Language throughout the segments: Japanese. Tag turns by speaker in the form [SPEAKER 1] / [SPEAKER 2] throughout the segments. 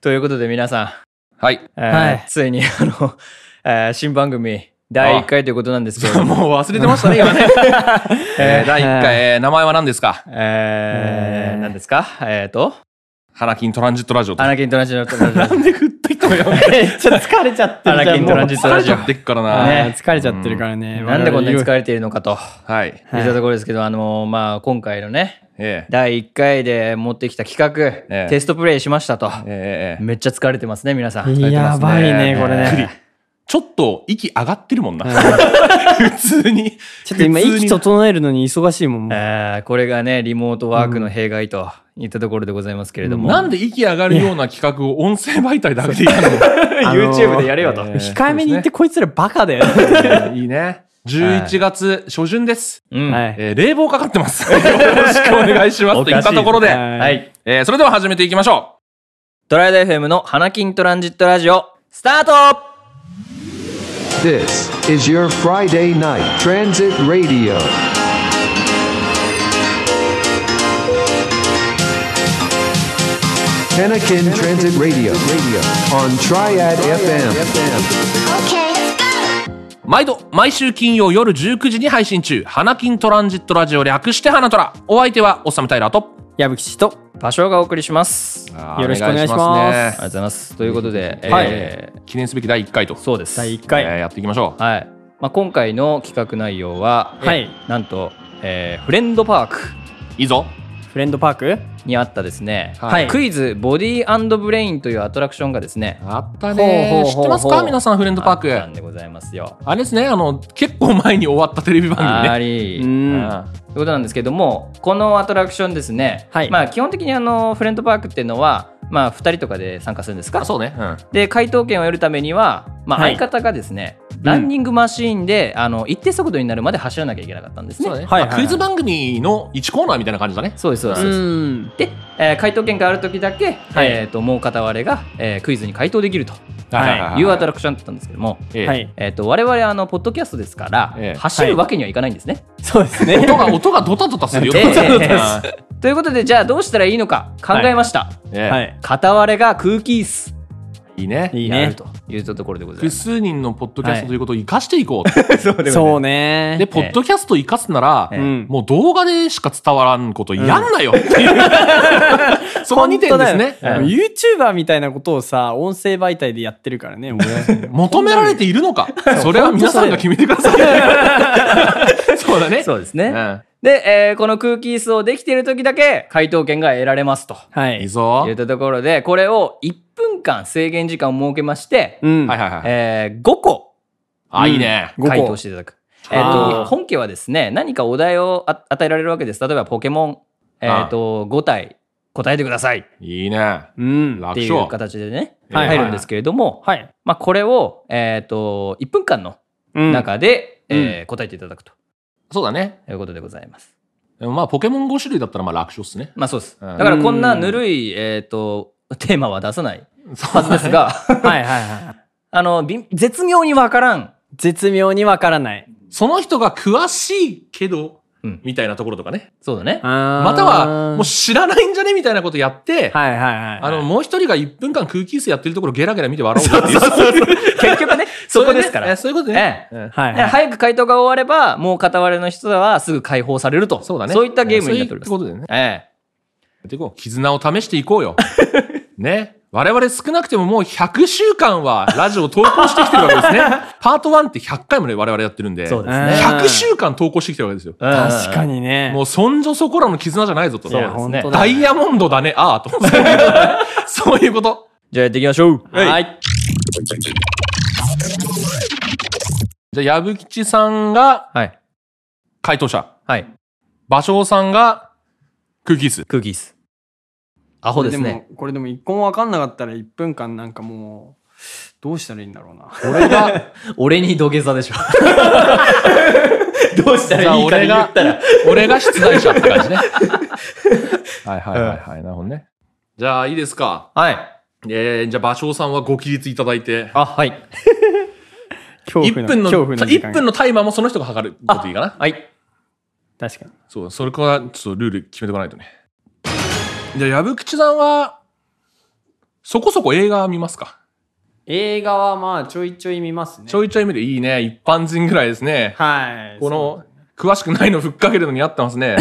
[SPEAKER 1] ということで皆さん、
[SPEAKER 2] はい。
[SPEAKER 1] えー
[SPEAKER 3] はい
[SPEAKER 1] ついにあの、 えー新番組第1回ということなんですけれども、
[SPEAKER 2] もう忘れてましたね、今ね。えー第1
[SPEAKER 1] えー
[SPEAKER 2] 回、えー名前は何ですか
[SPEAKER 1] え
[SPEAKER 3] え
[SPEAKER 1] ー、
[SPEAKER 3] ー
[SPEAKER 1] 何ですかえっ、と、
[SPEAKER 2] 花金トランジットラジオと
[SPEAKER 1] ア
[SPEAKER 2] か。
[SPEAKER 1] ナキントランジットラジオ。
[SPEAKER 2] で振った人 がやめ
[SPEAKER 3] めっちゃ疲れちゃって
[SPEAKER 1] ア
[SPEAKER 3] る
[SPEAKER 1] ナ
[SPEAKER 3] じゃ
[SPEAKER 1] キン
[SPEAKER 3] ん。も
[SPEAKER 1] ト
[SPEAKER 3] う
[SPEAKER 1] ランジットラジオ。
[SPEAKER 2] てっから
[SPEAKER 3] あ
[SPEAKER 2] な。
[SPEAKER 3] ー疲れちゃってるからね。
[SPEAKER 1] なんでこんなに疲
[SPEAKER 3] れ
[SPEAKER 1] れているのかと。
[SPEAKER 2] はい。
[SPEAKER 1] 言ったところですけど、あのまあ、今回のね、
[SPEAKER 2] ええ
[SPEAKER 1] 第1回で持ってきた企画、
[SPEAKER 2] ええ
[SPEAKER 1] テストプレイしましたと。
[SPEAKER 2] ええええ
[SPEAKER 1] めっちゃ疲れてますね、皆さん。
[SPEAKER 3] やばいね、これ
[SPEAKER 1] えー
[SPEAKER 3] ね。
[SPEAKER 2] ちょっと息上がってるもんな。 普通に。
[SPEAKER 3] ちょっと今、
[SPEAKER 2] 普通
[SPEAKER 3] 息
[SPEAKER 2] に
[SPEAKER 3] 整えるのに忙しいもん。もう
[SPEAKER 1] えーこれがね、リモートワークの弊害といったところでございますけれども。
[SPEAKER 2] なんで息上がるような企画を音声媒体だけでやるの
[SPEAKER 3] あのー
[SPEAKER 1] YouTube でやれよと。
[SPEAKER 2] えー
[SPEAKER 3] 控えめに言って、こいつらバカだよ。
[SPEAKER 2] えーいいね。11月初旬です。
[SPEAKER 1] うん。
[SPEAKER 3] はい
[SPEAKER 2] えー冷房かかって ます。よろしくお願いします。といったところで、
[SPEAKER 3] はい
[SPEAKER 1] はい。
[SPEAKER 2] えーそれでは始めていきましょ
[SPEAKER 1] トライド FM の花金トランジットラジオ、スタート
[SPEAKER 4] This is your Friday night transit radio. Panakin Transit Radio, radio on Triad FM.
[SPEAKER 5] Okay.
[SPEAKER 2] う。毎度、毎週金曜夜19時に配信中、花金トランジットラジオ略して花トラ。お相手は、おさめたいらと。
[SPEAKER 3] 矢吹氏と。
[SPEAKER 1] 場所がお送りします。あ
[SPEAKER 3] よろしくお願いし
[SPEAKER 1] りがとう
[SPEAKER 3] ま
[SPEAKER 1] ございます。ということで、
[SPEAKER 3] はい
[SPEAKER 1] えー
[SPEAKER 2] 記念すべき第1回と、
[SPEAKER 1] そうです。
[SPEAKER 3] 第1
[SPEAKER 2] えー
[SPEAKER 3] 回。
[SPEAKER 2] やっていきましょう。
[SPEAKER 1] はい。まあ、今回の企画内容は、
[SPEAKER 3] はい
[SPEAKER 1] えなんと、えーフレンドパーク
[SPEAKER 2] いいぞ。
[SPEAKER 3] フレンドパーク
[SPEAKER 1] にあったですね、
[SPEAKER 2] はい
[SPEAKER 1] クイズボディーブレインというアトラクションがですね、
[SPEAKER 2] あったね
[SPEAKER 1] ほうほうほうほう
[SPEAKER 2] 知ってますか皆さん、フレンドパーク。
[SPEAKER 1] あった
[SPEAKER 2] あ
[SPEAKER 1] んでございますよ。
[SPEAKER 2] れですね、あの、結構前に終わったテレビ番組
[SPEAKER 1] あ
[SPEAKER 2] ね。
[SPEAKER 1] り。
[SPEAKER 3] うん。
[SPEAKER 2] あ
[SPEAKER 1] ということなんですけどもこのアトラクションですね、
[SPEAKER 3] はい
[SPEAKER 1] まあ、基本的にあのフレンドパークっていうのは、まあ、2人とかで参加するんです
[SPEAKER 2] あ
[SPEAKER 1] か
[SPEAKER 2] そうね。うん。
[SPEAKER 1] で回答権を得るためには、まあ、
[SPEAKER 3] はい
[SPEAKER 1] 相方がですね、ランニングマシーンで、あの一定速度になるまで走らなきゃいけなかったんですね。
[SPEAKER 2] そうだね。
[SPEAKER 3] はいはい
[SPEAKER 2] まあクイズ番組の1コーナーみたいな感じだね。
[SPEAKER 1] そうですそうです、
[SPEAKER 3] うん。
[SPEAKER 1] で、えー回答権がある時だけ、えー、ともう片割れが、えークイズに回答できると
[SPEAKER 2] はい
[SPEAKER 1] いうアトラクションだったんですけども、
[SPEAKER 2] ええ
[SPEAKER 3] はい。
[SPEAKER 1] えー、と我々あのポッドキャストですから、
[SPEAKER 2] ええ
[SPEAKER 1] 走るわけにはいかないんですね。
[SPEAKER 3] そうですね。
[SPEAKER 2] 音が、音がドタドタするよ。
[SPEAKER 1] ええ
[SPEAKER 2] ドタドタ
[SPEAKER 1] ええ ということでじゃあどうしたらいいのか考えました。
[SPEAKER 2] ええ
[SPEAKER 3] はい。
[SPEAKER 1] 片割れが空気椅子
[SPEAKER 2] いいね。
[SPEAKER 3] いい
[SPEAKER 1] やる
[SPEAKER 3] ね。
[SPEAKER 1] というところでござい
[SPEAKER 2] 複
[SPEAKER 1] ます。
[SPEAKER 2] 数人のポッドキャストということを生かしていこうと。
[SPEAKER 3] そうね。
[SPEAKER 2] で、ポッドキャスト生かすなら
[SPEAKER 1] え、
[SPEAKER 3] う
[SPEAKER 1] え
[SPEAKER 3] ん。
[SPEAKER 2] もう動画でしか伝わらんことやんなよっていうその2点ですね
[SPEAKER 3] 本。当だよ
[SPEAKER 1] うん
[SPEAKER 3] YouTuber みたいなことをさ、音声媒体でやってるからね、俺。
[SPEAKER 2] 求められているのかそれは皆さんが決めてください。そうだね。
[SPEAKER 1] そうですね。
[SPEAKER 2] うん
[SPEAKER 1] で、えーこの空気椅子をできている時だけ回答権が得られますと。
[SPEAKER 3] はいい
[SPEAKER 2] い。ぞ。は
[SPEAKER 1] 言っ
[SPEAKER 2] い
[SPEAKER 1] たところで、これを1分間制限時間を設けまして、
[SPEAKER 3] うん。
[SPEAKER 2] はいはい。
[SPEAKER 1] えー5個
[SPEAKER 2] あ、いいね。
[SPEAKER 3] 5個
[SPEAKER 1] 回答していただく。えっ、
[SPEAKER 3] あ
[SPEAKER 1] と、本家はですね、何かお題をあ与えられるわけです。例えばポケモン、えっ、と、5体答えてくださいっ
[SPEAKER 2] いいね。
[SPEAKER 3] うん。
[SPEAKER 2] 楽
[SPEAKER 1] ていう
[SPEAKER 2] 勝。
[SPEAKER 1] 形でね、
[SPEAKER 3] はい
[SPEAKER 1] 入るんですけれども、
[SPEAKER 3] はい。
[SPEAKER 1] まあ、これを、えっ、と、1分間の
[SPEAKER 3] うん
[SPEAKER 1] 中で、えー答えていただくと
[SPEAKER 2] そうだね。
[SPEAKER 1] いうことでございます。
[SPEAKER 2] でもまあ、ポケモン5種類だったらまあ楽勝っすね。
[SPEAKER 1] まあそうです。
[SPEAKER 2] うん
[SPEAKER 1] だからこんなぬるい、えっ、と、テーマは出さない
[SPEAKER 2] そ
[SPEAKER 1] はずですが、
[SPEAKER 3] はいはいはい。
[SPEAKER 1] あの、び絶妙にわからん。
[SPEAKER 3] 絶妙にわからない。
[SPEAKER 2] その人が詳しいけど、
[SPEAKER 1] うん
[SPEAKER 2] みたいなところとかね。
[SPEAKER 1] そうだね。
[SPEAKER 3] ま
[SPEAKER 2] または、もう知らないんじゃねみたいなことやって、
[SPEAKER 3] はいはいはい。
[SPEAKER 2] あの、、もう一人が1分間空気椅子やってるところゲラゲラ見て笑おうかっていう。
[SPEAKER 1] 結局ね、 そこですから。
[SPEAKER 2] えそういうことね。
[SPEAKER 1] ええ
[SPEAKER 3] はい
[SPEAKER 1] で
[SPEAKER 3] はい。
[SPEAKER 1] 早く回答が終われば、もう片割れの人はすぐ解放されると。
[SPEAKER 2] そうだね。
[SPEAKER 1] そういったゲームになっております。
[SPEAKER 2] そういうことでね。
[SPEAKER 1] え
[SPEAKER 2] やっていこう。絆を試していこうよ。ね。我々少なくてももう100週間はラジオ投稿してきてるわけです ね。パート1って100回もね、我々やってるんで。
[SPEAKER 1] そうです
[SPEAKER 3] ね
[SPEAKER 2] 100週間投稿してきてるわけですよ。
[SPEAKER 1] え
[SPEAKER 3] 確か
[SPEAKER 1] に。
[SPEAKER 3] にね。
[SPEAKER 2] もうそんじょそこらの絆じゃないぞと。
[SPEAKER 3] いや、
[SPEAKER 1] そう
[SPEAKER 3] 本
[SPEAKER 1] ですね
[SPEAKER 3] 当だ。
[SPEAKER 2] ダイヤモンドだね、ああ、と。そういうこと。
[SPEAKER 1] じゃあやっていきましょう。。
[SPEAKER 2] はいじゃあ、矢吹吉さんが
[SPEAKER 1] はい。
[SPEAKER 2] 回答者。
[SPEAKER 1] はい。
[SPEAKER 2] 芭蕉さんが空気椅子。
[SPEAKER 1] 空気です。アホですね。
[SPEAKER 3] も、これでも一個もわかんなかったら1分間なんかもう、どうしたらいいんだろうな。
[SPEAKER 2] 俺が、
[SPEAKER 1] 俺に土下座でしょ。 どうしたらいいかで言ったら。
[SPEAKER 2] 俺が出題者って感 じね。はいはいはいはい、なるほどね。じゃあ、いいですか。
[SPEAKER 1] はい。
[SPEAKER 2] えー、じゃあ、芭蕉さんはご起立いただいて。
[SPEAKER 1] あ、はい。
[SPEAKER 3] 恐怖
[SPEAKER 2] 1
[SPEAKER 3] の、
[SPEAKER 2] 分の、
[SPEAKER 3] 恐怖の時間
[SPEAKER 2] 1
[SPEAKER 3] が
[SPEAKER 2] 分のタイマーもその人が測ることいいかな。
[SPEAKER 1] はい。
[SPEAKER 3] 確かに。
[SPEAKER 2] そう、それから、ちょっとルール決めておかないとね。じゃあ、矢吹吉さんは、そこそこ映画見ますか
[SPEAKER 3] 映画はまあちょいちょい見ますね。
[SPEAKER 2] ちょいちょい見るいいね。一般人ぐらいですね。
[SPEAKER 3] はい。
[SPEAKER 2] こ
[SPEAKER 3] そ
[SPEAKER 2] の、詳しくないのふっかけるのに合ってます ね。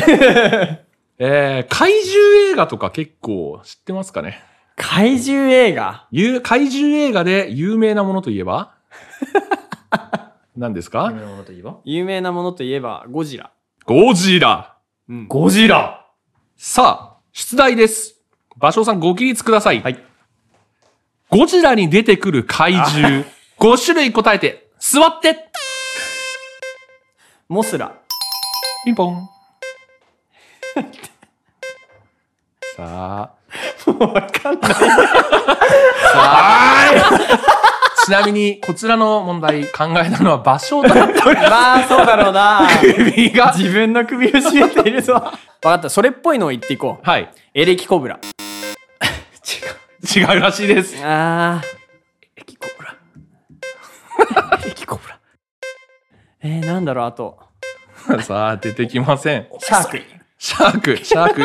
[SPEAKER 2] えー、怪獣映画とか結構知ってますかね
[SPEAKER 3] う、怪獣映画。
[SPEAKER 2] ゆ怪獣映画で有名なものといえ ば何ですか
[SPEAKER 3] 有名なものといえば、ゴジラ。
[SPEAKER 2] ゴジラ
[SPEAKER 3] うん。
[SPEAKER 1] ゴジラ
[SPEAKER 2] さあ、出題です。芭蕉さんご起立ください。
[SPEAKER 1] はい。
[SPEAKER 2] ゴジラに出てくる怪獣、5種類答えて、座って
[SPEAKER 3] モスラ。
[SPEAKER 2] ピンポン。さあ。もうわかんない。さあ。ちなみに、こちらの問題考えたのは場所だった
[SPEAKER 3] まあ、そうだろう な。
[SPEAKER 2] 首が。
[SPEAKER 3] 自分の首を絞めているぞ。 わかった。それっぽいのを言っていこう。
[SPEAKER 2] はい。
[SPEAKER 3] エレキコブラ。
[SPEAKER 2] 違うらしいです。
[SPEAKER 3] あー。エレキコブラ。エレキコブラ。えー、なんだろう、あと。
[SPEAKER 2] さあ、出てきません。
[SPEAKER 3] シャーク。
[SPEAKER 2] シャーク、シャーク、違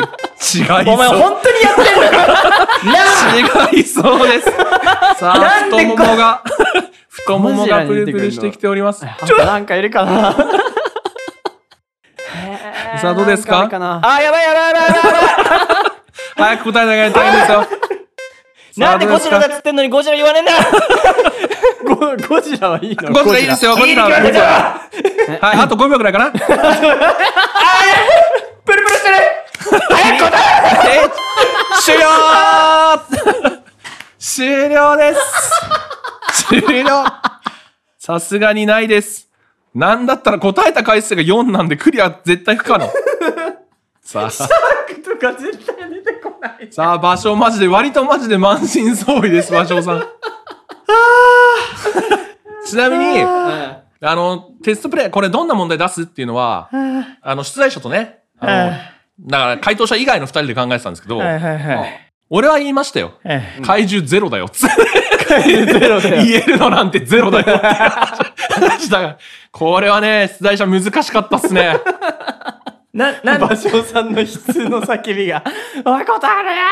[SPEAKER 2] い
[SPEAKER 1] お前
[SPEAKER 2] そう。
[SPEAKER 1] 本当にやってんの
[SPEAKER 2] 違いそうです。さあ、
[SPEAKER 1] なんでこ
[SPEAKER 2] 太ももが、太も もがプルプルしてきております。
[SPEAKER 3] あとなんかいるかな
[SPEAKER 2] さあ、どうですか
[SPEAKER 3] なんかな
[SPEAKER 1] あ、やばいやばいやばいやばいやばい
[SPEAKER 2] 早く答えなきゃいけないんですよ。
[SPEAKER 1] なんでゴジラだっつってんのにゴジラ言わねえんだ
[SPEAKER 3] ゴゴジラはいいの
[SPEAKER 2] ゴジラいいですよ、ゴジラ。
[SPEAKER 1] ゴジラ
[SPEAKER 2] はい、あと5秒くらいかな。
[SPEAKER 1] プルプルしてる
[SPEAKER 2] 終了終了です終了さすがにないです。なんだったら答えた回数が4なんでクリア絶対不 可能。さあ、
[SPEAKER 3] とか絶対出てこない。
[SPEAKER 2] さあ、場所マジで、割とマジで満身創痍です、場所 さん。ちなみに、あの、テストプレイ、これどんな問題出すっていうのは、あの、出題者とね、あの、だから回答者以外の二人で考えてたんですけど、
[SPEAKER 1] はいはい。
[SPEAKER 2] 俺は言いましたよ。
[SPEAKER 1] え
[SPEAKER 2] 怪獣ゼロだよ。ゼロだよ。言えるのなんてゼロだよって話だから。これはね、出題者難しかったっすね。
[SPEAKER 1] な、なん
[SPEAKER 3] 芭蕉さんの悲痛の叫びが、おい、答えろよ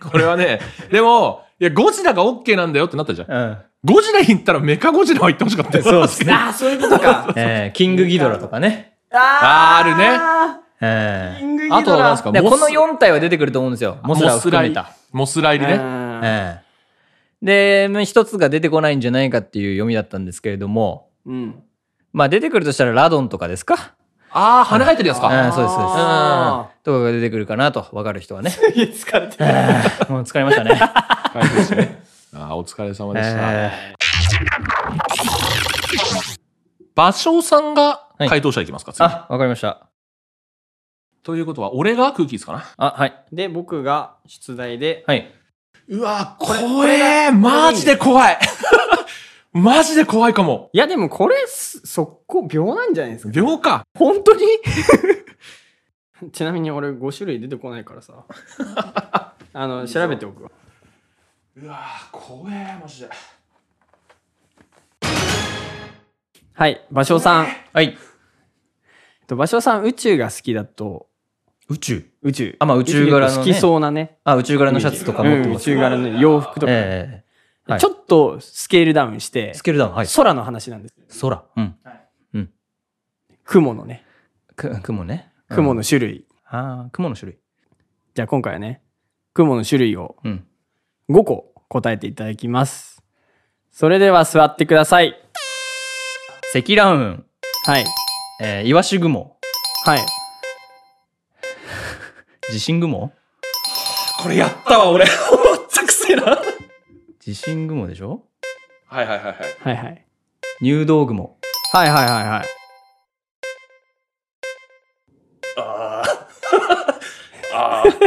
[SPEAKER 2] これはね、でも、いや、ゴジラがオッケーなんだよってなったじゃん。
[SPEAKER 1] うん。
[SPEAKER 2] ゴジラ言ったらメカゴジラは言ってほしかったよ。
[SPEAKER 1] そうっすね。
[SPEAKER 3] ああ、そういうことか。
[SPEAKER 1] えーキングギドラとかね。
[SPEAKER 2] あー
[SPEAKER 3] あ
[SPEAKER 1] え
[SPEAKER 3] キングギド
[SPEAKER 2] あ
[SPEAKER 3] ラ。
[SPEAKER 2] とは何ですか
[SPEAKER 1] ーで
[SPEAKER 2] モス
[SPEAKER 1] この4体は出てくると思うんですよ。モスラを含めた。
[SPEAKER 2] モスラ入りね。
[SPEAKER 3] うん
[SPEAKER 1] ええで、まあ一つが出てこないんじゃないかっていう読みだったんですけれども、
[SPEAKER 3] うん。
[SPEAKER 1] まあ出てくるとしたらラドンとかですか
[SPEAKER 2] あー、花生えてるやつ
[SPEAKER 1] うん、
[SPEAKER 2] か。
[SPEAKER 1] そうです、そうです。
[SPEAKER 3] あ
[SPEAKER 1] とかが出てくるかなと、わかる人はね。
[SPEAKER 3] いや疲れてる。
[SPEAKER 1] もう疲れましたね。
[SPEAKER 2] はいそうですねあー、お疲れ様でした。
[SPEAKER 1] え
[SPEAKER 2] 芭蕉さんが
[SPEAKER 1] はい
[SPEAKER 2] 回答者いきますか、
[SPEAKER 1] ー
[SPEAKER 2] 次
[SPEAKER 1] あ、わかりました。
[SPEAKER 2] ということは、俺が空気ですかな。
[SPEAKER 1] あ、はい。
[SPEAKER 3] で、僕が出題で、
[SPEAKER 1] はい。
[SPEAKER 2] うわ、怖えマジで怖い マジで怖いかも。
[SPEAKER 3] いやでもこれ、す速攻秒なんじゃないですか。
[SPEAKER 2] 秒か。
[SPEAKER 3] 本当に ちなみに俺5種類出てこないからさ。あの、調べておくわ。
[SPEAKER 2] うわ怖えマジで。
[SPEAKER 3] はい、芭蕉さん。
[SPEAKER 1] はい。
[SPEAKER 3] えっと芭蕉さん、宇宙が好きだと、
[SPEAKER 1] 宇宙。
[SPEAKER 3] 宇宙。
[SPEAKER 1] あまあ宇宙柄のね
[SPEAKER 3] 好きそうなね。
[SPEAKER 1] あ、宇宙柄のシャツとか持って
[SPEAKER 3] うん宇
[SPEAKER 1] ます。
[SPEAKER 3] 宙柄の洋服とか。
[SPEAKER 1] ええはい
[SPEAKER 3] ちょっとスケールダウンして、
[SPEAKER 1] スケールダウン、はい。
[SPEAKER 3] 空の話なんです。
[SPEAKER 1] 空。うん。
[SPEAKER 3] 雲のね。
[SPEAKER 1] く雲ね。
[SPEAKER 3] 雲の種類。
[SPEAKER 1] ああ、雲の種類。
[SPEAKER 3] じゃあ今回はね、雲の種類を
[SPEAKER 1] うん。
[SPEAKER 3] 5個答えていただきます。それでは座ってください。
[SPEAKER 1] 積乱雲、
[SPEAKER 3] はい。
[SPEAKER 1] えー、イワシ雲、
[SPEAKER 3] はい。
[SPEAKER 1] 地震雲
[SPEAKER 2] これやったわ、俺。全くせえな。はい
[SPEAKER 1] 地震雲でしょ
[SPEAKER 2] はいはいはい。
[SPEAKER 3] はいはい。
[SPEAKER 1] 入道雲。
[SPEAKER 3] はいはいはいはい。
[SPEAKER 2] あーこ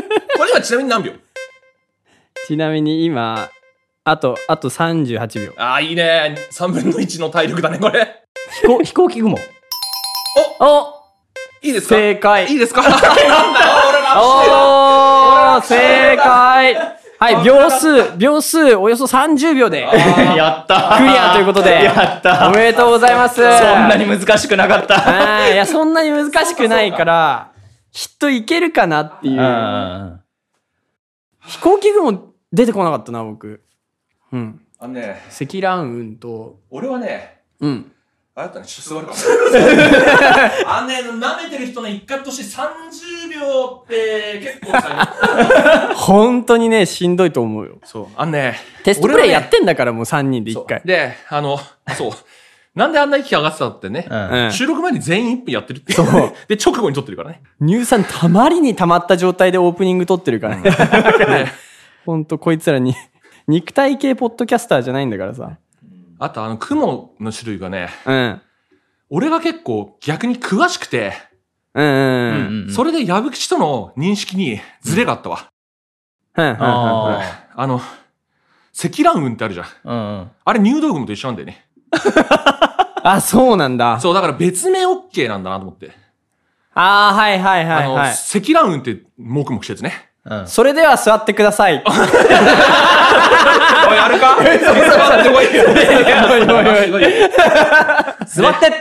[SPEAKER 2] れ今ちなみに何秒
[SPEAKER 3] ちなみに今、あと、あと38秒。
[SPEAKER 2] ああ、いいね。3分の1の体力だね、これ。
[SPEAKER 1] 飛行、 飛行機雲。
[SPEAKER 3] お
[SPEAKER 2] いいですか
[SPEAKER 3] 正解
[SPEAKER 2] いいですかなんだよ、俺ら。
[SPEAKER 3] おー 正解はい、秒数、秒数およそ30秒で
[SPEAKER 1] やった
[SPEAKER 3] クリアということで、
[SPEAKER 1] った
[SPEAKER 3] おめでとうございます。そん
[SPEAKER 1] に難しくなか った。
[SPEAKER 3] いや、そんなに難しくないから、きっといけるかなっていう。
[SPEAKER 1] うん。
[SPEAKER 3] 飛行機雲出てこなかったな、僕。うん。
[SPEAKER 2] あのね、
[SPEAKER 3] 積乱雲と、
[SPEAKER 2] 俺はね、
[SPEAKER 3] うん。
[SPEAKER 2] あれだったね、ちょっと座る かも。あのね、舐めてる人の一括として30秒って結構さ、
[SPEAKER 3] 本当にね、しんどいと思うよ。
[SPEAKER 2] そう、あのね、
[SPEAKER 3] テストプレイやっててんだから、もう3人で1回。
[SPEAKER 2] で、あの、あそう。なんであんな息上がってたのってね、
[SPEAKER 1] うん
[SPEAKER 3] うん
[SPEAKER 2] 収録前に全員1分やってるって。
[SPEAKER 3] そう
[SPEAKER 2] で、直後に撮ってるから ね。
[SPEAKER 3] 乳酸たまりにたまった状態でオープニング撮ってるからね。ほんと、こいつらに、 肉体系ポッドキャスターじゃないんだからさ。
[SPEAKER 2] あと、あの、雲の種類がね、
[SPEAKER 3] うん。
[SPEAKER 2] 俺が結構逆に詳しくて、
[SPEAKER 3] うんうんうん。
[SPEAKER 1] うん
[SPEAKER 2] それで矢吹との認識にズレがあったわ。
[SPEAKER 3] うんうんうん
[SPEAKER 1] あ
[SPEAKER 2] あの、積乱雲ってあるじゃん。
[SPEAKER 1] ー
[SPEAKER 2] あれ入道雲と一緒なんだよね。
[SPEAKER 3] あ、そうなんだ。
[SPEAKER 2] そう、だから別名 OK なんだなと思って。
[SPEAKER 3] ああ、はいはいはい
[SPEAKER 2] あ
[SPEAKER 3] は
[SPEAKER 2] の、
[SPEAKER 3] い。
[SPEAKER 2] 積乱雲って黙々してるやつね。
[SPEAKER 1] うんうん。
[SPEAKER 3] それでは座ってくださ い。
[SPEAKER 2] おい、あれ か
[SPEAKER 3] 座っては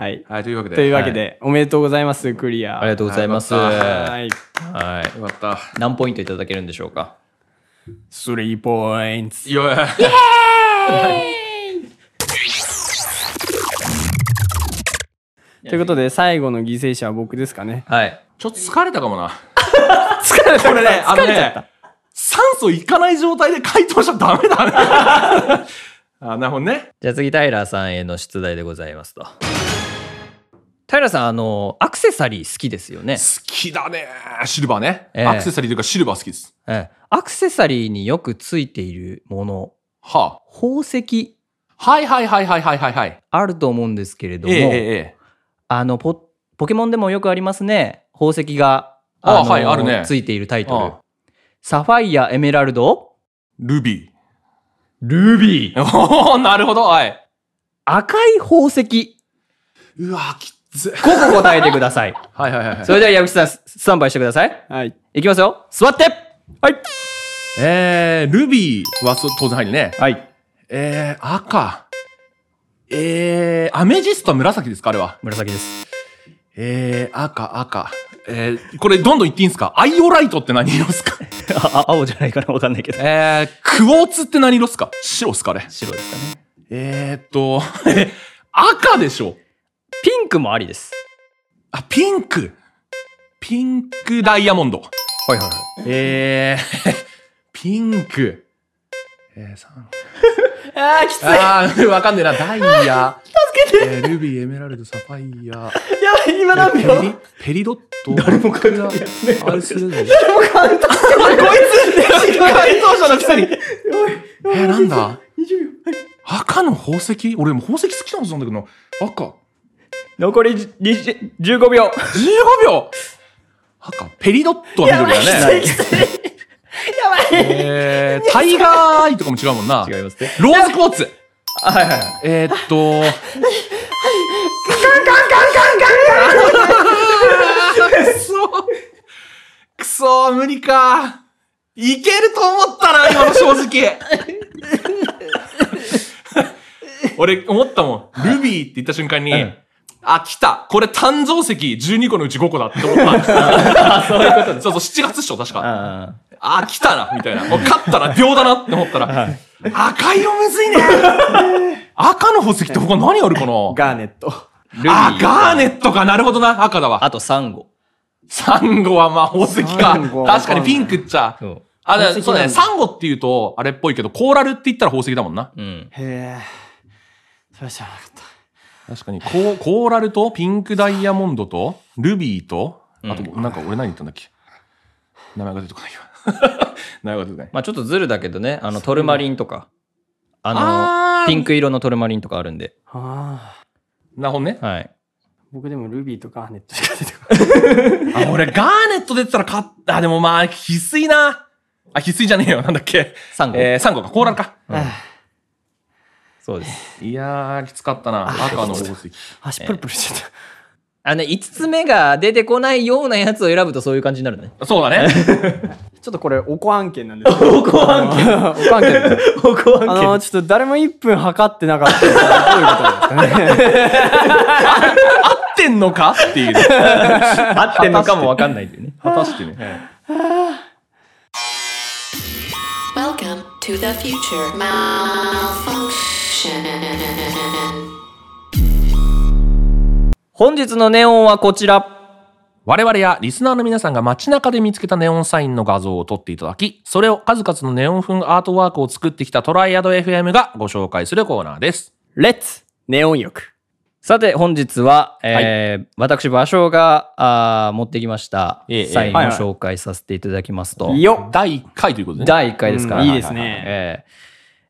[SPEAKER 3] い。
[SPEAKER 2] はい、というわけで。
[SPEAKER 3] というわけで、おめでとうございます、クリア。
[SPEAKER 1] ありがとうございます。
[SPEAKER 2] はいよ
[SPEAKER 1] は
[SPEAKER 3] はい。
[SPEAKER 1] い。
[SPEAKER 2] よかった。
[SPEAKER 1] 何ポイントいただけるんでしょうか
[SPEAKER 3] スリーポイント。
[SPEAKER 2] いやいや
[SPEAKER 3] ということで、最後の犠牲者は僕ですかね。
[SPEAKER 1] はい。
[SPEAKER 2] ちょっと疲れたかもな。
[SPEAKER 3] 疲れた。これね、
[SPEAKER 2] あの
[SPEAKER 3] 疲れちゃった。
[SPEAKER 2] 酸素いかない状態で回答しちゃダメだね。 あ、なるほどね。
[SPEAKER 1] じゃあ次、タイラーさんへの出題でございますと。タイラーさん、あの、アクセサリー好きですよね。
[SPEAKER 2] 好きだね。シルバーね。
[SPEAKER 1] ええ
[SPEAKER 2] アクセサリーというかシルバー好きです。
[SPEAKER 1] ええアクセサリーによくついているもの、
[SPEAKER 2] は
[SPEAKER 1] 宝石
[SPEAKER 2] あ。はいはいはいはいはいはいはい。
[SPEAKER 1] あると思うんですけれども、
[SPEAKER 2] ええええ。
[SPEAKER 1] あのポ、ポケモンでもよくありますね。宝石が、
[SPEAKER 2] あ
[SPEAKER 1] の
[SPEAKER 2] はいあるね
[SPEAKER 1] ついているタイトル。
[SPEAKER 2] ああ
[SPEAKER 1] サファイア、エメラルド、
[SPEAKER 2] ルビ
[SPEAKER 1] ルビー。
[SPEAKER 2] ー。 おおなるほど。はい。
[SPEAKER 1] 赤い宝石。
[SPEAKER 2] うわ、きつ。
[SPEAKER 1] ここ答えてくだ さい。
[SPEAKER 2] はいはいはいはい。
[SPEAKER 1] それでは矢口さん、ススタンバイしてください。
[SPEAKER 3] はい。
[SPEAKER 1] いきますよ。座ってはい。
[SPEAKER 2] えー、ルビーはそ当然入るね。
[SPEAKER 1] はい。
[SPEAKER 2] えー、赤。えー、アメジストは紫ですかあれは。
[SPEAKER 1] 紫です。
[SPEAKER 2] えー、赤、赤。えー、これどんどん言っていいんですかアイオライトって何色ですか
[SPEAKER 1] あ、あ青じゃないかなわかんないけど。
[SPEAKER 2] えー、クォーツって何色ですか白っすかあれ。
[SPEAKER 1] 白ですかね。
[SPEAKER 2] えーっと、 え赤でしょ
[SPEAKER 1] ピンクもありです。
[SPEAKER 2] あ、ピンク。ピンクダイヤモンド。
[SPEAKER 1] はいはいはい。
[SPEAKER 2] えー、ピンク。えー、さん
[SPEAKER 3] ああ、きつい。や
[SPEAKER 2] あー、わかんねえな。ダイヤ。助けて、えールビー、エメラルド、サファイア。
[SPEAKER 3] ばい、今何
[SPEAKER 2] ペ
[SPEAKER 3] 秒
[SPEAKER 2] リ、ペリドット。誰も書いてない。アルスレズ
[SPEAKER 3] 回答者のくせに。
[SPEAKER 2] えー、なんだ赤の宝石俺も宝石好きなはずなんだけどな。赤。
[SPEAKER 1] 残りじ20 15秒。
[SPEAKER 2] 15秒赤。ペリドットは緑だ ね。えー、タイガーアイとかも違うもんな。
[SPEAKER 1] 違いますね。
[SPEAKER 2] ローズコーツ。
[SPEAKER 1] はいはいはい。
[SPEAKER 2] えー、っと。くそくそ無理か。いけると思ったな、今の正直。俺、思ったもん。ルビーって言った瞬間に、
[SPEAKER 1] うん
[SPEAKER 2] あ、来た。これ誕生石12個のうち5個だって思った。そういうことそうそう、7月っしょ、確か。
[SPEAKER 1] あ
[SPEAKER 2] あ、来たなみたいな。もう勝ったな秒だなって思ったら、赤色む ずいね赤の宝石って他何あるかな
[SPEAKER 3] ガーネット。
[SPEAKER 1] ールビ
[SPEAKER 2] あ、ガーネ
[SPEAKER 1] ット。
[SPEAKER 2] ットか。なるほどな。赤だわ。
[SPEAKER 1] あとサンゴ。
[SPEAKER 2] サンゴはまあ宝石か
[SPEAKER 3] サンゴ。は
[SPEAKER 2] 確かにピンクっちゃ
[SPEAKER 1] そ。う。
[SPEAKER 2] あ、だ
[SPEAKER 3] 宝石
[SPEAKER 2] そうだ
[SPEAKER 3] なん
[SPEAKER 2] ね。
[SPEAKER 3] だ
[SPEAKER 2] サンゴって言うと、あれっぽいけど、コーラルって言ったら宝石だもんな。
[SPEAKER 1] うん。
[SPEAKER 3] へえ。それ知らなかった。
[SPEAKER 2] 確かに。コーコーラルと、ピンクダイヤモンドと、ルビーと、あと、なんか俺何言ったんだっけ名前が出てこないよ。 名前が出てこない。
[SPEAKER 1] まあちょっとずるだけどね、あの、トルマリンとか。あ
[SPEAKER 2] あ
[SPEAKER 1] の、
[SPEAKER 2] ー
[SPEAKER 1] ピンク色のトルマリンとかあるんで。
[SPEAKER 3] ああ。
[SPEAKER 2] なるほどね。
[SPEAKER 1] はい。
[SPEAKER 3] 僕でもルビーとガーネットしか出てこない。
[SPEAKER 2] あ、俺、ガーネット出てたら勝った。あでもまあ、翡翠な。あ、翡翠じゃねえよ。なんだっけ。
[SPEAKER 1] サンゴ。
[SPEAKER 2] えー、サンゴか。コーラルか。
[SPEAKER 1] そうです。
[SPEAKER 2] いやー、きつかったな。赤の宝石。
[SPEAKER 3] 足プルプルしちゃった。
[SPEAKER 1] あの、5つ目が出てこないようなやつを選ぶとそういう感じになるね。
[SPEAKER 2] そうだね。
[SPEAKER 3] ちょっとこれ、おこ案件なんですおこ案件おこ案件です。
[SPEAKER 1] ここ
[SPEAKER 3] あの、ちょっと誰も1分測ってなかったですどういうことですかね。
[SPEAKER 2] 合ってん のかっていう。
[SPEAKER 1] 合ってんのかもわかんないっていうね。
[SPEAKER 2] 果たしてね。
[SPEAKER 5] To the future. Malfunction.
[SPEAKER 1] 本日のネオンはこちら。
[SPEAKER 2] 我々やリスナーの皆さんが街中で見つけたネオンサインの画像を撮っていただき、それを数々のネオン風アートワークを作ってきたトライアド FM がご紹介するコーナーです。
[SPEAKER 3] レッツネオン浴。
[SPEAKER 1] さて、本日は、えー私、場所があー持ってきました
[SPEAKER 2] ええ
[SPEAKER 1] サインを
[SPEAKER 3] はいはい
[SPEAKER 1] 紹介させていただきますと、
[SPEAKER 3] よっ
[SPEAKER 2] 第1回ということでね。
[SPEAKER 1] 第1回ですから、
[SPEAKER 3] うんいいですね。
[SPEAKER 1] えー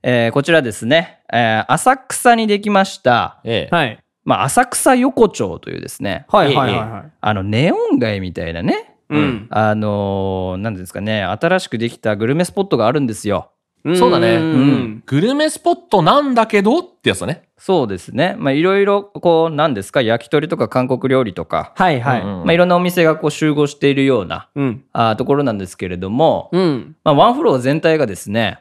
[SPEAKER 1] えーこちらですね、えー浅草にできました、
[SPEAKER 2] ええ。
[SPEAKER 3] はい。
[SPEAKER 1] まあ、浅草横丁というですね、
[SPEAKER 3] はいはいはいはい。
[SPEAKER 1] あのネオン街みたいなね、
[SPEAKER 3] うん。
[SPEAKER 1] あのー、なんていうんですかね、新しくできたグルメスポットがあるんですよ。
[SPEAKER 2] そうだね
[SPEAKER 3] うん。
[SPEAKER 2] グルメスポットなんだけどってやつだね。
[SPEAKER 1] そうですね。まあ、いろいろ、こう、なんですか、焼き鳥とか韓国料理とか、
[SPEAKER 3] はいは
[SPEAKER 2] うん
[SPEAKER 1] ま
[SPEAKER 3] い。
[SPEAKER 1] あ、いろんなお店がこう集合しているような
[SPEAKER 3] うん。
[SPEAKER 1] あーところなんですけれども、
[SPEAKER 3] うん。
[SPEAKER 1] まあ、ワンフロア全体がですね、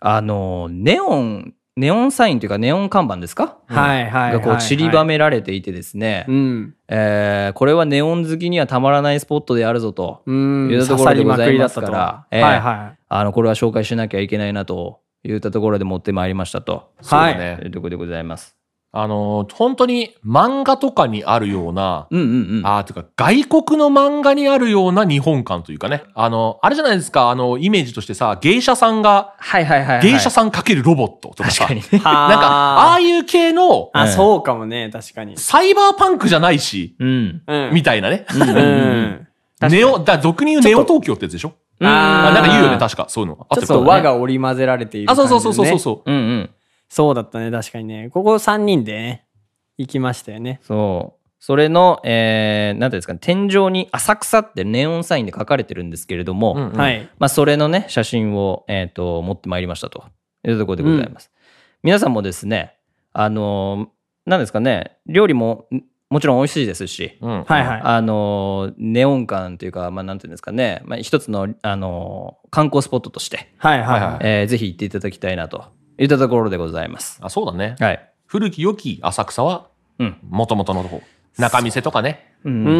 [SPEAKER 1] あのー、ネオン、ネオンサインというかネオン看板ですか、
[SPEAKER 3] はいはい。
[SPEAKER 1] がこう散りば。められていてですね、
[SPEAKER 3] うん。
[SPEAKER 1] えーこれはネオン好きにはたまらないスポットであるぞと、
[SPEAKER 3] うん。
[SPEAKER 1] いうところ
[SPEAKER 3] 刺さ
[SPEAKER 1] で
[SPEAKER 3] り
[SPEAKER 1] ご
[SPEAKER 3] ま
[SPEAKER 1] ざ
[SPEAKER 3] く
[SPEAKER 1] い
[SPEAKER 3] りだ
[SPEAKER 1] ま
[SPEAKER 3] っ
[SPEAKER 1] す
[SPEAKER 3] た
[SPEAKER 1] か
[SPEAKER 3] と。
[SPEAKER 1] ら
[SPEAKER 3] は、
[SPEAKER 1] え
[SPEAKER 3] い
[SPEAKER 1] ー
[SPEAKER 3] は
[SPEAKER 1] あの、これは紹介しなきゃいけないなといったところで持ってまいりましたと。
[SPEAKER 3] い。は
[SPEAKER 2] そうだ
[SPEAKER 3] い。
[SPEAKER 1] と
[SPEAKER 2] ね。
[SPEAKER 1] いうところでございます。
[SPEAKER 2] あのー、本当に漫画とかにあるような、
[SPEAKER 1] うんうんうん。
[SPEAKER 2] ああ、てか、外国の漫画にあるような日本感というかね。あの、あれじゃないですか、あの、イメージとしてさ、芸者さんが、
[SPEAKER 1] はいはいはい、はい。
[SPEAKER 2] 芸者さんかけるロボットとかさ、
[SPEAKER 1] 確かにね。
[SPEAKER 3] な
[SPEAKER 2] なんか、ああいう系の、
[SPEAKER 3] あ、
[SPEAKER 1] うん
[SPEAKER 3] そうかもね、確かに。
[SPEAKER 2] サイバーパンクじゃないし、
[SPEAKER 1] うん。
[SPEAKER 3] うん。
[SPEAKER 2] みたいなね。
[SPEAKER 3] うん。
[SPEAKER 2] ネオ、だ、俗に言うネオ東京ってやつでしょ
[SPEAKER 1] うん
[SPEAKER 3] あー
[SPEAKER 2] あなんか言うよね、確か。そういうの。あ
[SPEAKER 3] ちょ
[SPEAKER 2] る
[SPEAKER 3] っ
[SPEAKER 2] か
[SPEAKER 3] と
[SPEAKER 2] な
[SPEAKER 3] 輪が織り交ぜられている
[SPEAKER 2] あ、
[SPEAKER 3] 感じ、
[SPEAKER 2] そう
[SPEAKER 3] ね。
[SPEAKER 2] そうそうそうそう。
[SPEAKER 1] うんうん。
[SPEAKER 3] そうだったね、確かにね。ここ3人でね、行きましたよね。
[SPEAKER 1] そう。それの、えー、なんていうんですかね、天井に浅草ってネオンサインで書かれてるんですけれども、
[SPEAKER 2] うんうん
[SPEAKER 3] はい。
[SPEAKER 1] まあ、それのね、写真を、えっ、と、持ってまいりましたというところでございます。皆さんもですね、あのーなんですかね、料理もんもちろん美味しいですし、
[SPEAKER 2] うん。
[SPEAKER 3] はいはい。
[SPEAKER 1] あのーネオン感というか、まあ、なんていうんですかね、まあ、一つの、あのー観光スポットとして、
[SPEAKER 3] はいはい
[SPEAKER 2] はいは
[SPEAKER 3] はいい。
[SPEAKER 1] えーぜひ行っていただきたいなといったところでございます。
[SPEAKER 2] あ、そうだね。
[SPEAKER 1] はい。
[SPEAKER 2] 古き良き浅草は、
[SPEAKER 1] うん。
[SPEAKER 2] 元々のとこ。中店とかね、
[SPEAKER 1] うん
[SPEAKER 3] う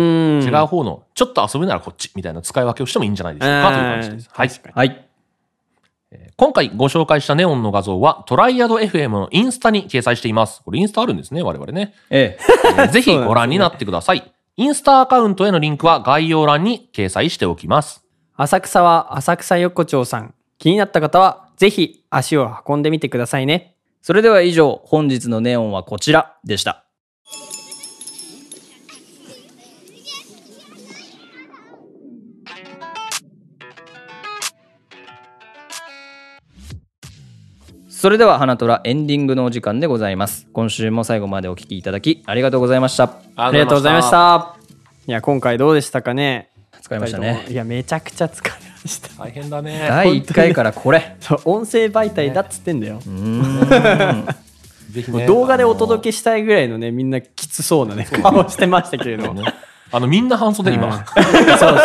[SPEAKER 3] ん。
[SPEAKER 2] 違う方の、ちょっと遊ぶならこっち、みたいな使い分けをしてもいいんじゃないでしょうか、という感じです。はい。
[SPEAKER 1] はい。
[SPEAKER 2] 今回ご紹介したネオンの画像は、トライアド FM のインスタに掲載しています。これインスタあるんですね、我々ね。
[SPEAKER 1] ええ。
[SPEAKER 2] えーぜひご覧になってください。インスタアカウントへのリンクは概要欄に掲載しておきます。
[SPEAKER 3] 浅草は浅草横丁さん。気になった方は、ぜひ足を運んでみてくださいね。
[SPEAKER 1] それでは以上、本日のネオンはこちらでした。それでは花虎エンディングのお時間でございます。今週も最後までお聞きいただきありがとうございました。
[SPEAKER 2] あ
[SPEAKER 3] ありがとうございまし。た。いや、今回どうでしたかね。
[SPEAKER 1] 疲れました
[SPEAKER 3] 二人とも
[SPEAKER 1] ね。
[SPEAKER 3] いや、めちゃくちゃ疲れました。
[SPEAKER 2] 大変だね。
[SPEAKER 1] 第1回からこれ。
[SPEAKER 3] そう音声媒体だっつってんだよ。
[SPEAKER 2] ぜひ
[SPEAKER 3] も
[SPEAKER 2] ね
[SPEAKER 3] う動画でお届けしたいぐらいのね、みんなきつそうなね、顔してましたけれ ども。
[SPEAKER 2] あの、みんな半袖今。
[SPEAKER 3] そうそう。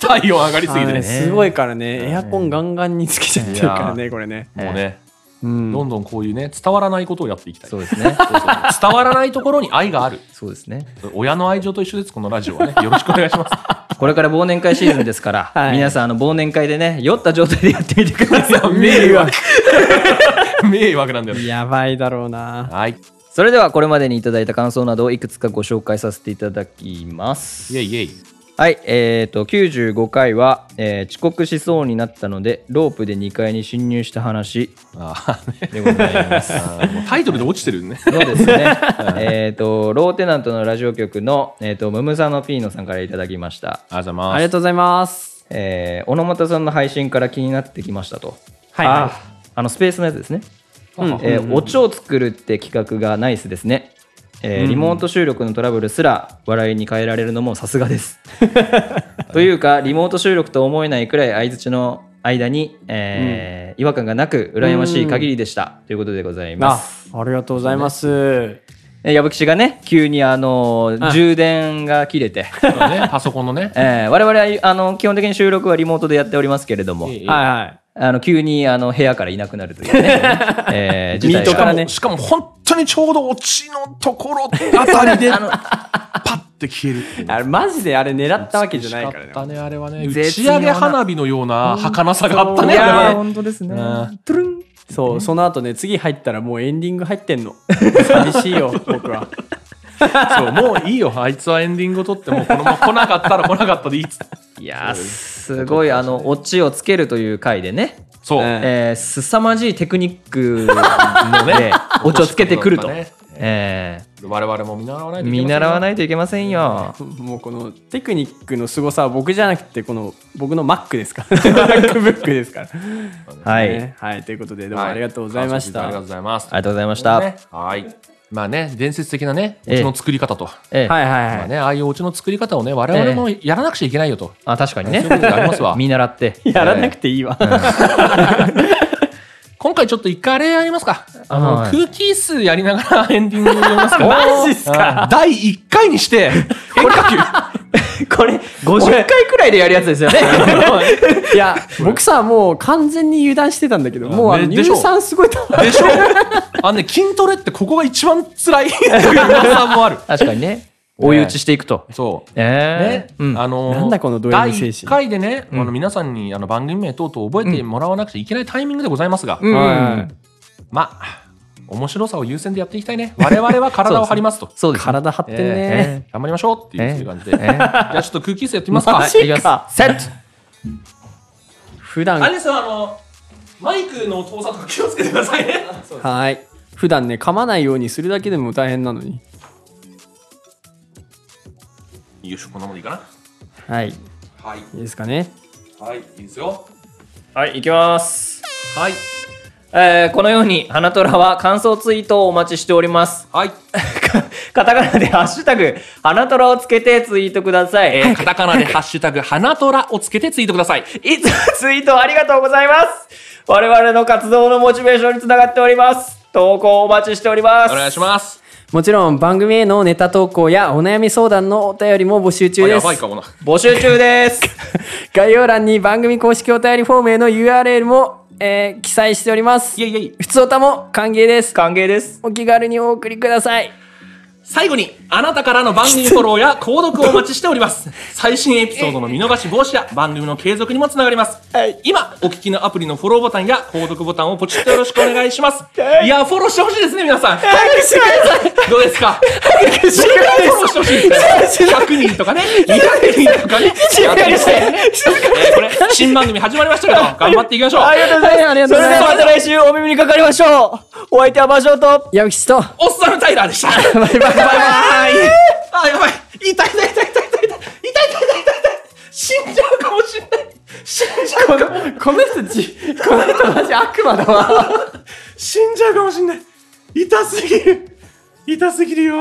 [SPEAKER 2] 体温上がりすぎて
[SPEAKER 3] はい
[SPEAKER 2] ね。
[SPEAKER 3] すごいからね、エアコンガンガンにつけちゃってるから ね、これね。
[SPEAKER 2] もうね、
[SPEAKER 3] うん
[SPEAKER 2] どんどんこういうね、伝わらないことをやっていきたい。
[SPEAKER 1] そうです ね。
[SPEAKER 2] 伝わらないところに愛がある。
[SPEAKER 1] そうですね。
[SPEAKER 2] 親の愛情と一緒です、このラジオはね。よろしくお願いします。
[SPEAKER 1] これから忘年会シーズンですから、
[SPEAKER 3] はい
[SPEAKER 1] 皆さんあの忘年会でね酔った状態でやってみてくだ さい
[SPEAKER 2] 迷惑。 迷惑なんだよね。
[SPEAKER 3] やばいだろうな。
[SPEAKER 2] はい。
[SPEAKER 1] それではこれまでにいただいた感想などをいくつかご紹介させていただきます
[SPEAKER 2] イェイイェイ。
[SPEAKER 1] はいえー、と95回は、えー遅刻しそうになったのでロープで2階に侵入した話
[SPEAKER 2] あー
[SPEAKER 1] で
[SPEAKER 2] ね
[SPEAKER 1] ございます
[SPEAKER 2] あーもうタイトルで落ちてるね。
[SPEAKER 1] そうです ねえーとローテナントのラジオ局の、えー、とムムサノピーノさんからいただきました
[SPEAKER 2] ありがとうござい
[SPEAKER 3] あ
[SPEAKER 2] ま
[SPEAKER 3] り
[SPEAKER 2] す
[SPEAKER 3] が。とうございます。
[SPEAKER 1] えー、小野又さんの配信から気になってきましたと
[SPEAKER 3] はいはい
[SPEAKER 1] あーあのスペースのやつですね
[SPEAKER 3] うん
[SPEAKER 1] えー、お茶を作るって企画がナイスですね、えーリモート収録のトラブルすら笑いに変えられるのもさすがです というかリモート収録と思えないくらい相づちの間に、えー違和感がなく羨ましい限りでした、ということでございま
[SPEAKER 3] あ
[SPEAKER 1] す、
[SPEAKER 3] ありがとうございます。
[SPEAKER 1] えー矢吹氏がね急にあのー
[SPEAKER 3] うん
[SPEAKER 1] 充電が切れ て、
[SPEAKER 2] そうだねパソコンのね。
[SPEAKER 1] えー我々はあの基本的に収録はリモートでやっておりますけれども、
[SPEAKER 2] ええ
[SPEAKER 3] はいはい。
[SPEAKER 1] あの急にあの部屋からいなくなるという ね、えー事態
[SPEAKER 3] ミート
[SPEAKER 1] が
[SPEAKER 3] からね
[SPEAKER 2] しかも本当にちょうどオチのところあたりで、パッて消える っていう。
[SPEAKER 3] あれ、マジであれ狙ったわけじゃないから
[SPEAKER 2] 美し
[SPEAKER 3] ね
[SPEAKER 2] か。ったね、あれはね。打
[SPEAKER 1] 絶
[SPEAKER 2] ち
[SPEAKER 1] 妙な
[SPEAKER 2] 上げ花火のような儚さがあったね、
[SPEAKER 1] い
[SPEAKER 2] あれ
[SPEAKER 1] やー
[SPEAKER 2] はね。
[SPEAKER 1] 本当ですね
[SPEAKER 2] うん。
[SPEAKER 1] トゥルン
[SPEAKER 3] そう、その後ね、次入ったらもうエンディング入ってん の。寂しいよ、僕は。
[SPEAKER 2] そう、もういいよ。あいつはエンディングを取って、もうこのまま来なかったら来なかったでいいっつって。
[SPEAKER 1] いやーすごいあのオチをつけるという回でね、
[SPEAKER 2] そう。
[SPEAKER 3] え
[SPEAKER 1] えー、凄まじいテクニックのねオチをつけてくると、
[SPEAKER 2] ね
[SPEAKER 1] え
[SPEAKER 2] 我々も見習わな
[SPEAKER 1] ー
[SPEAKER 2] いといけませんよ
[SPEAKER 1] 見習わないといけませんよ
[SPEAKER 3] もうこのテクニックの凄さは僕じゃなくて、この僕の Mac です から。MacBook ですから。
[SPEAKER 1] はい、
[SPEAKER 3] ねはい、ということで、どうも
[SPEAKER 2] はい
[SPEAKER 3] ありがとうございまし
[SPEAKER 2] 感想あ
[SPEAKER 3] た。
[SPEAKER 2] りがとうございます。
[SPEAKER 1] ありがとうございました、
[SPEAKER 2] ねはい。まあね、伝説的なね、オ
[SPEAKER 1] ええ
[SPEAKER 2] チの作り方と。
[SPEAKER 1] ええ
[SPEAKER 3] はいはい
[SPEAKER 2] ま
[SPEAKER 3] は
[SPEAKER 2] あ
[SPEAKER 3] い。
[SPEAKER 2] ね、ああいうオチの作り方をね、我々もやらなくちゃいけないよと。
[SPEAKER 1] あ確かにね
[SPEAKER 2] そういうことがありますわ
[SPEAKER 1] 見習って
[SPEAKER 3] やらなくていいわ。
[SPEAKER 2] 今回ちょっと一回あれやりますか。あの、
[SPEAKER 1] はい
[SPEAKER 2] 空気椅子やりながら エンディングやりますか。
[SPEAKER 3] マジっすか
[SPEAKER 2] うん第一回にして、 変化球。
[SPEAKER 1] これ50回くらいでやるやつですよね
[SPEAKER 3] いや、僕さ、もう完全に油断してたんだけど、もうあの
[SPEAKER 2] ねでし
[SPEAKER 3] 乳
[SPEAKER 2] ょ
[SPEAKER 3] 酸すごい高い
[SPEAKER 2] でしょ あのね、筋トレってここが一番辛いっていう噂もある。
[SPEAKER 1] 確かにね追い打ちしていくと、
[SPEAKER 2] そう。
[SPEAKER 1] え
[SPEAKER 2] ね
[SPEAKER 1] えうん、
[SPEAKER 2] あのー
[SPEAKER 3] なんだこのド M 精神
[SPEAKER 2] 第1回でね、あの皆さんにあの番組名等々覚えてもらわなくちゃいけないタイミングでございますが、
[SPEAKER 3] は
[SPEAKER 2] まあ、面白さを優先でやっていきたいね。我々は体を張りますと。
[SPEAKER 1] そう
[SPEAKER 3] い。
[SPEAKER 1] ですね
[SPEAKER 3] 体張ってん
[SPEAKER 2] え
[SPEAKER 3] ね。
[SPEAKER 2] ー頑張りましょうっていうそういう感じ
[SPEAKER 1] え
[SPEAKER 2] で。
[SPEAKER 1] え
[SPEAKER 2] じゃあちょっと空気椅子やってみますか。
[SPEAKER 3] マ
[SPEAKER 2] は
[SPEAKER 3] ジ
[SPEAKER 2] い
[SPEAKER 1] いきます
[SPEAKER 3] か
[SPEAKER 1] セット
[SPEAKER 3] 普
[SPEAKER 2] あれ
[SPEAKER 3] 段、
[SPEAKER 2] ですよ、あの、マイクの遠さとか気をつけてくださいね。
[SPEAKER 3] はい。普段ね、噛まないようにするだけでも大変なのに。
[SPEAKER 2] よいしょ、こんなもんでいいかな。
[SPEAKER 3] はい。い
[SPEAKER 2] はい。
[SPEAKER 3] いですかね。
[SPEAKER 2] はい、いいですよ。
[SPEAKER 1] はいいきます
[SPEAKER 2] はい。
[SPEAKER 1] えーこのように花虎は感想ツイートをお待ちしております
[SPEAKER 2] はい。
[SPEAKER 1] カタカナでハッシュタグ花虎をつけてツイートください、え
[SPEAKER 2] えーカタカナでハッシュタグ、花虎をつけてツイートください。
[SPEAKER 1] ーいつもツイートありがとうございます我々の活動のモチベーションにつながっております投稿お待ちしております
[SPEAKER 2] お願いします。
[SPEAKER 3] もちろん番組へのネタ投稿やお悩み相談のお便りも募集中
[SPEAKER 2] あ
[SPEAKER 3] で
[SPEAKER 2] や
[SPEAKER 3] す
[SPEAKER 2] ばいかもな。
[SPEAKER 1] 募集中です
[SPEAKER 3] 概要欄に番組公式お便りフォームへの URL も、えー記載しております
[SPEAKER 2] いやいやいや
[SPEAKER 3] 普通おたも歓迎です
[SPEAKER 1] 歓迎です
[SPEAKER 3] お気軽にお送りくだ さい
[SPEAKER 2] 最後に、あなたからの番組フォローや購読をお待ちしております。最新エピソードの見逃し防止や番組の継続にもつながります。今、お聞きのアプリのフォローボタンや購読ボタンをポチッとよろしくお願いします。いや、フォローしてほしいですね、皆さん。どうですかフォローしてほしいですね。100人とかね、200人とかね、やったりして、ね。えーこれ、新番組始まりましたけど、頑張っていきましょう。
[SPEAKER 1] りがとうございます、
[SPEAKER 3] りがとうございます
[SPEAKER 1] それではまた来週お耳にかかりましょうお相手は場所と
[SPEAKER 3] 矢口と
[SPEAKER 2] おっさんのタイラーでした。バイバイバイあ、やばい。痛い痛い痛い痛い痛い痛い痛い痛い痛い痛い痛い死んじゃうかもしれない。死んじゃうかも。
[SPEAKER 3] この人じこの人マジ悪魔だわ
[SPEAKER 2] 死んじゃうかもしれない。痛すぎる。痛すぎるよ。